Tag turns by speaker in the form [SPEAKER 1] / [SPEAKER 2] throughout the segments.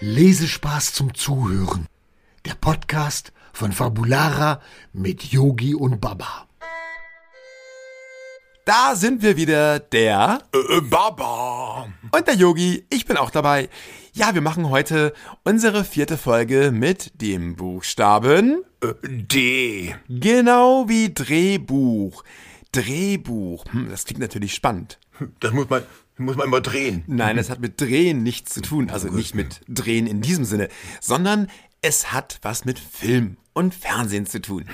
[SPEAKER 1] Lesespaß zum Zuhören. Der Podcast von Fabulara mit Yogi und Baba.
[SPEAKER 2] Da sind wir wieder, der
[SPEAKER 3] Äh, Baba.
[SPEAKER 2] und der Yogi. Ich bin auch dabei. Ja, wir machen heute unsere vierte Folge mit dem Buchstaben.
[SPEAKER 3] Äh, D.
[SPEAKER 2] Genau wie Drehbuch. Drehbuch. Hm, das klingt natürlich spannend.
[SPEAKER 3] Das muss man, muss man immer drehen.
[SPEAKER 2] Nein, es hat mit Drehen nichts zu tun. Also nicht mit Drehen in diesem Sinne, sondern es hat was mit Film und Fernsehen zu tun.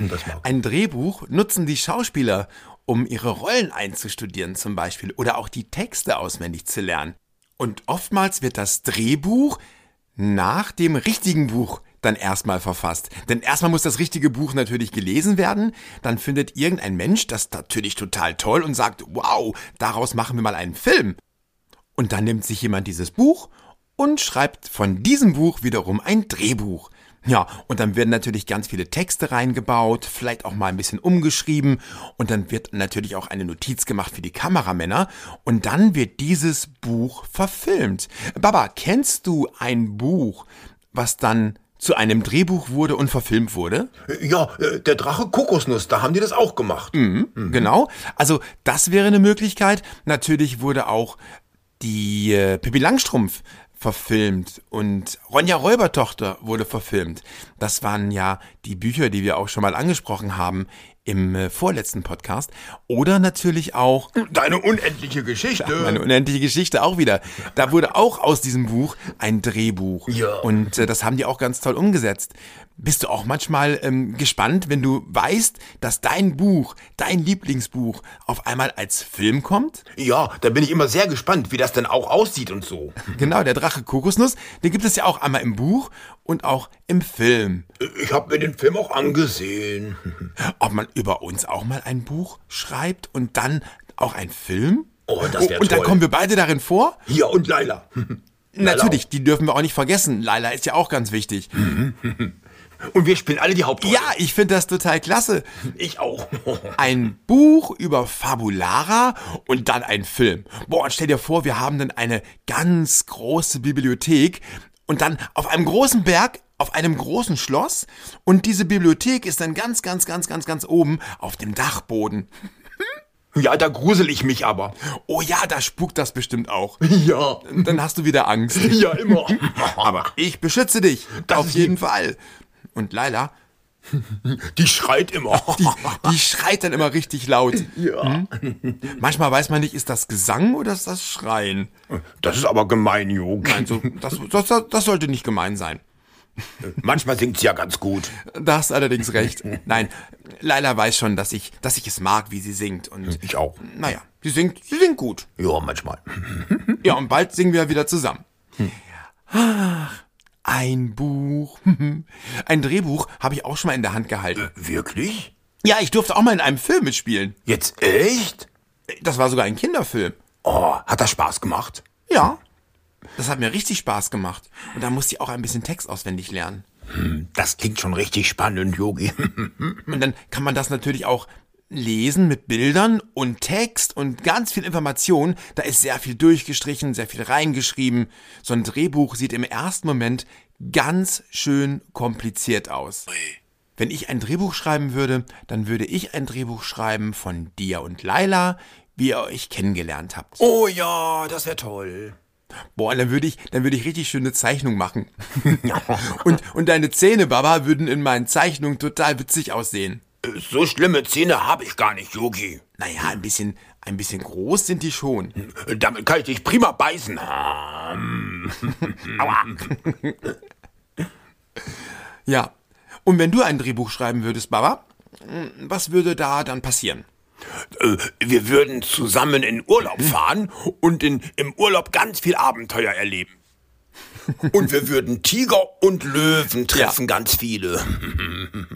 [SPEAKER 2] Ein Drehbuch nutzen die Schauspieler, um ihre Rollen einzustudieren zum Beispiel oder auch die Texte auswendig zu lernen. Und oftmals wird das Drehbuch nach dem richtigen Buch dann erstmal verfasst. Denn erstmal muss das richtige Buch natürlich gelesen werden, dann findet irgendein Mensch das natürlich total toll und sagt, wow, daraus machen wir mal einen Film. Und dann nimmt sich jemand dieses Buch und schreibt von diesem Buch wiederum ein Drehbuch. Ja, und dann werden natürlich ganz viele Texte reingebaut, vielleicht auch mal ein bisschen umgeschrieben und dann wird natürlich auch eine Notiz gemacht für die Kameramänner und dann wird dieses Buch verfilmt. Baba, kennst du ein Buch, was dann zu einem Drehbuch wurde und verfilmt wurde?
[SPEAKER 3] Äh, Ja, äh, der Drache Kokosnuss, da haben die das auch gemacht.
[SPEAKER 1] Hm.
[SPEAKER 2] Genau. Also das wäre eine Möglichkeit. Natürlich wurde auch die äh, Pippi Langstrumpf verfilmt und Ronja Räubertochter wurde verfilmt. Das waren ja die Bücher, die wir auch schon mal angesprochen haben im äh, vorletzten Podcast. Oder natürlich auch
[SPEAKER 3] Deine unendliche Geschichte.
[SPEAKER 2] meine unendliche Geschichte auch wieder. Da wurde auch aus diesem Buch ein Drehbuch.
[SPEAKER 3] Ja.
[SPEAKER 2] Und äh, das haben die auch ganz toll umgesetzt. Bist du auch manchmal ähm, gespannt, wenn du weißt, dass dein Buch, dein Lieblingsbuch, auf einmal als Film kommt?
[SPEAKER 3] ja, da bin ich immer sehr gespannt, wie das denn auch aussieht und so.
[SPEAKER 2] Genau, der Drache Kokosnuss, den gibt es ja auch einmal im Buch und auch im Film.
[SPEAKER 3] Äh, Ich habe mir den Film auch angesehen.
[SPEAKER 2] Ob man über uns auch mal ein Buch schreibt und dann auch ein Film?
[SPEAKER 3] Oh, das wär
[SPEAKER 2] Und dann
[SPEAKER 3] toll.
[SPEAKER 2] kommen wir beide darin vor?
[SPEAKER 3] Ja, und Laila.
[SPEAKER 2] Natürlich, die dürfen wir auch nicht vergessen. Laila ist ja auch ganz wichtig.
[SPEAKER 3] Und wir spielen alle die Hauptrolle.
[SPEAKER 2] Ja, ich finde das total klasse.
[SPEAKER 3] Ich auch.
[SPEAKER 2] Ein Buch über Fabulara und dann ein Film. Boah, und stell dir vor, wir haben dann eine ganz große Bibliothek und dann auf einem großen Berg, auf einem großen Schloss und diese Bibliothek ist dann ganz, ganz, ganz, ganz, ganz oben auf dem Dachboden.
[SPEAKER 3] Ja, da grusel ich mich aber.
[SPEAKER 2] Oh ja, da spukt das bestimmt auch.
[SPEAKER 3] Ja.
[SPEAKER 2] Dann hast du wieder Angst.
[SPEAKER 3] Ja, immer.
[SPEAKER 2] Aber ich beschütze dich.
[SPEAKER 3] Das
[SPEAKER 2] auf
[SPEAKER 3] ist
[SPEAKER 2] jeden Fall. Und Laila,
[SPEAKER 3] Die schreit immer.
[SPEAKER 2] die, die schreit dann immer richtig laut.
[SPEAKER 3] ja.
[SPEAKER 2] Manchmal weiß man nicht, ist das Gesang oder ist das Schreien?
[SPEAKER 3] Das ist aber gemein, Jog.
[SPEAKER 2] Nein, so, das, das, das sollte nicht gemein sein.
[SPEAKER 3] Manchmal singt sie ja ganz gut.
[SPEAKER 2] Da hast du allerdings recht. Nein, Laila weiß schon, dass ich, dass ich es mag, wie sie singt. Und
[SPEAKER 3] Hm, Ich auch.
[SPEAKER 2] naja, sie singt, sie singt gut.
[SPEAKER 3] Ja, manchmal.
[SPEAKER 2] Ja, und bald singen wir wieder zusammen.
[SPEAKER 3] Hm.
[SPEAKER 2] Ach, Ein Buch. Ein Drehbuch habe ich auch schon mal in der Hand gehalten.
[SPEAKER 3] Wirklich?
[SPEAKER 2] Ja, ich durfte auch mal in einem Film mitspielen.
[SPEAKER 3] Jetzt echt?
[SPEAKER 2] Das war sogar ein Kinderfilm.
[SPEAKER 3] Oh, hat das Spaß gemacht?
[SPEAKER 2] Ja. Das hat mir richtig Spaß gemacht. Und da musste ich auch ein bisschen Text auswendig lernen.
[SPEAKER 3] Das klingt schon richtig spannend, Yogi.
[SPEAKER 2] Und dann kann man das natürlich auch lesen mit Bildern und Text und ganz viel Information. Da ist sehr viel durchgestrichen, sehr viel reingeschrieben. So ein Drehbuch sieht im ersten Moment ganz schön kompliziert aus. Wenn ich ein Drehbuch schreiben würde, dann würde ich ein Drehbuch schreiben von dir und Laila, wie ihr euch kennengelernt habt.
[SPEAKER 3] Oh ja, das wäre toll.
[SPEAKER 2] Boah, und dann würde ich, dann würde ich richtig schöne Zeichnung machen. und, und deine Zähne, Baba, würden in meinen Zeichnungen total witzig aussehen.
[SPEAKER 3] So schlimme Zähne habe ich gar nicht, Yogi.
[SPEAKER 2] Naja, ein bisschen, ein bisschen groß sind die schon.
[SPEAKER 3] Damit kann ich dich prima beißen.
[SPEAKER 2] Hm.
[SPEAKER 3] Aua.
[SPEAKER 2] Ja. Und wenn du ein Drehbuch schreiben würdest, Baba, was würde da dann passieren?
[SPEAKER 3] Äh, Wir würden zusammen in
[SPEAKER 2] Hm.
[SPEAKER 3] Urlaub fahren und in, im Urlaub ganz viel Abenteuer erleben. Und wir würden Tiger und Löwen treffen, ganz viele.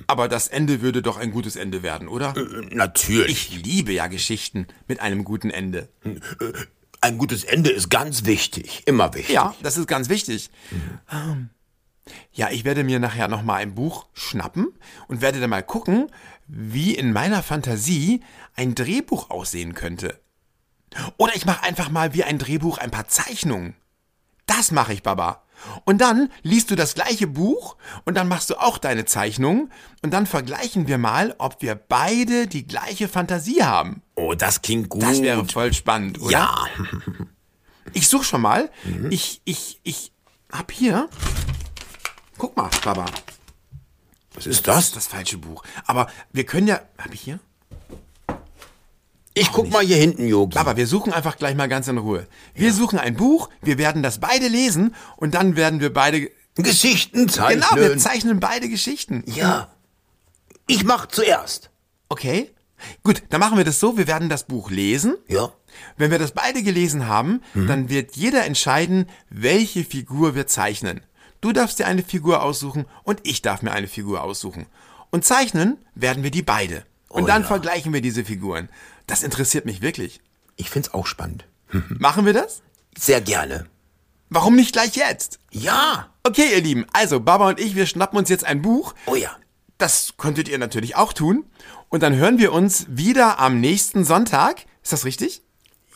[SPEAKER 2] Aber das Ende würde doch ein gutes Ende werden, oder?
[SPEAKER 3] Äh, Natürlich.
[SPEAKER 2] Ich liebe ja Geschichten mit einem guten Ende.
[SPEAKER 3] Ein gutes Ende ist ganz wichtig. Immer wichtig.
[SPEAKER 2] Ja, das ist ganz wichtig. Ähm, Ja, ich werde mir nachher nochmal ein Buch schnappen und werde dann mal gucken, wie in meiner Fantasie ein Drehbuch aussehen könnte. Oder ich mache einfach mal wie ein Drehbuch ein paar Zeichnungen. Das mache ich, Baba. Und dann liest du das gleiche Buch und dann machst du auch deine Zeichnung und dann vergleichen wir mal, ob wir beide die gleiche Fantasie haben.
[SPEAKER 3] Oh, das klingt gut.
[SPEAKER 2] Das wäre voll spannend, oder?
[SPEAKER 3] Ja.
[SPEAKER 2] Ich suche schon mal.
[SPEAKER 3] Mhm.
[SPEAKER 2] Ich, ich, ich hab hier. Guck mal, Baba.
[SPEAKER 3] Was ist das?
[SPEAKER 2] Das falsche Buch. Aber wir können ja. Hab ich hier?
[SPEAKER 3] Ich guck mal hier hinten, Yogi.
[SPEAKER 2] Aber wir suchen einfach gleich mal ganz in Ruhe. Wir suchen ein Buch, wir werden das beide lesen und dann werden wir beide.
[SPEAKER 3] Geschichten zeichnen.
[SPEAKER 2] Genau, wir zeichnen beide Geschichten.
[SPEAKER 3] ja. Ich mach zuerst.
[SPEAKER 2] Okay. Gut, dann machen wir das so, wir werden das Buch lesen.
[SPEAKER 3] Ja.
[SPEAKER 2] Wenn wir das beide gelesen haben,
[SPEAKER 3] Mhm.
[SPEAKER 2] dann wird jeder entscheiden, welche Figur wir zeichnen. Du darfst dir eine Figur aussuchen und ich darf mir eine Figur aussuchen. Und zeichnen werden wir die beide. Und
[SPEAKER 3] Oh
[SPEAKER 2] dann
[SPEAKER 3] ja.
[SPEAKER 2] vergleichen wir diese Figuren. Das interessiert mich wirklich.
[SPEAKER 3] Ich find's auch spannend.
[SPEAKER 2] Machen wir das?
[SPEAKER 3] Sehr gerne.
[SPEAKER 2] Warum nicht gleich jetzt?
[SPEAKER 3] Ja.
[SPEAKER 2] Okay, ihr Lieben, also Baba und ich, wir schnappen uns jetzt ein Buch.
[SPEAKER 3] Oh ja.
[SPEAKER 2] Das könntet ihr natürlich auch tun. Und dann hören wir uns wieder am nächsten Sonntag. Ist das richtig?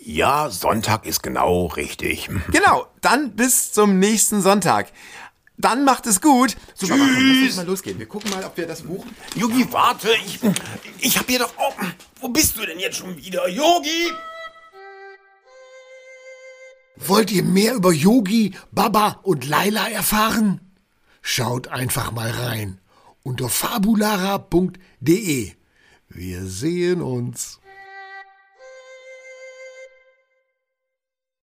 [SPEAKER 3] Ja, Sonntag ist genau richtig.
[SPEAKER 2] Genau, dann bis zum nächsten Sonntag. Dann macht es gut. Super, Tschüss. lass uns mal losgehen. Wir gucken mal, ob wir das Buch.
[SPEAKER 3] Yogi, warte. Ich, ich hab hier doch... Oh, wo bist du denn jetzt schon wieder, Yogi?
[SPEAKER 1] Wollt ihr mehr über Yogi, Baba und Laila erfahren? Schaut einfach mal rein unter fabulara.de. Wir sehen uns.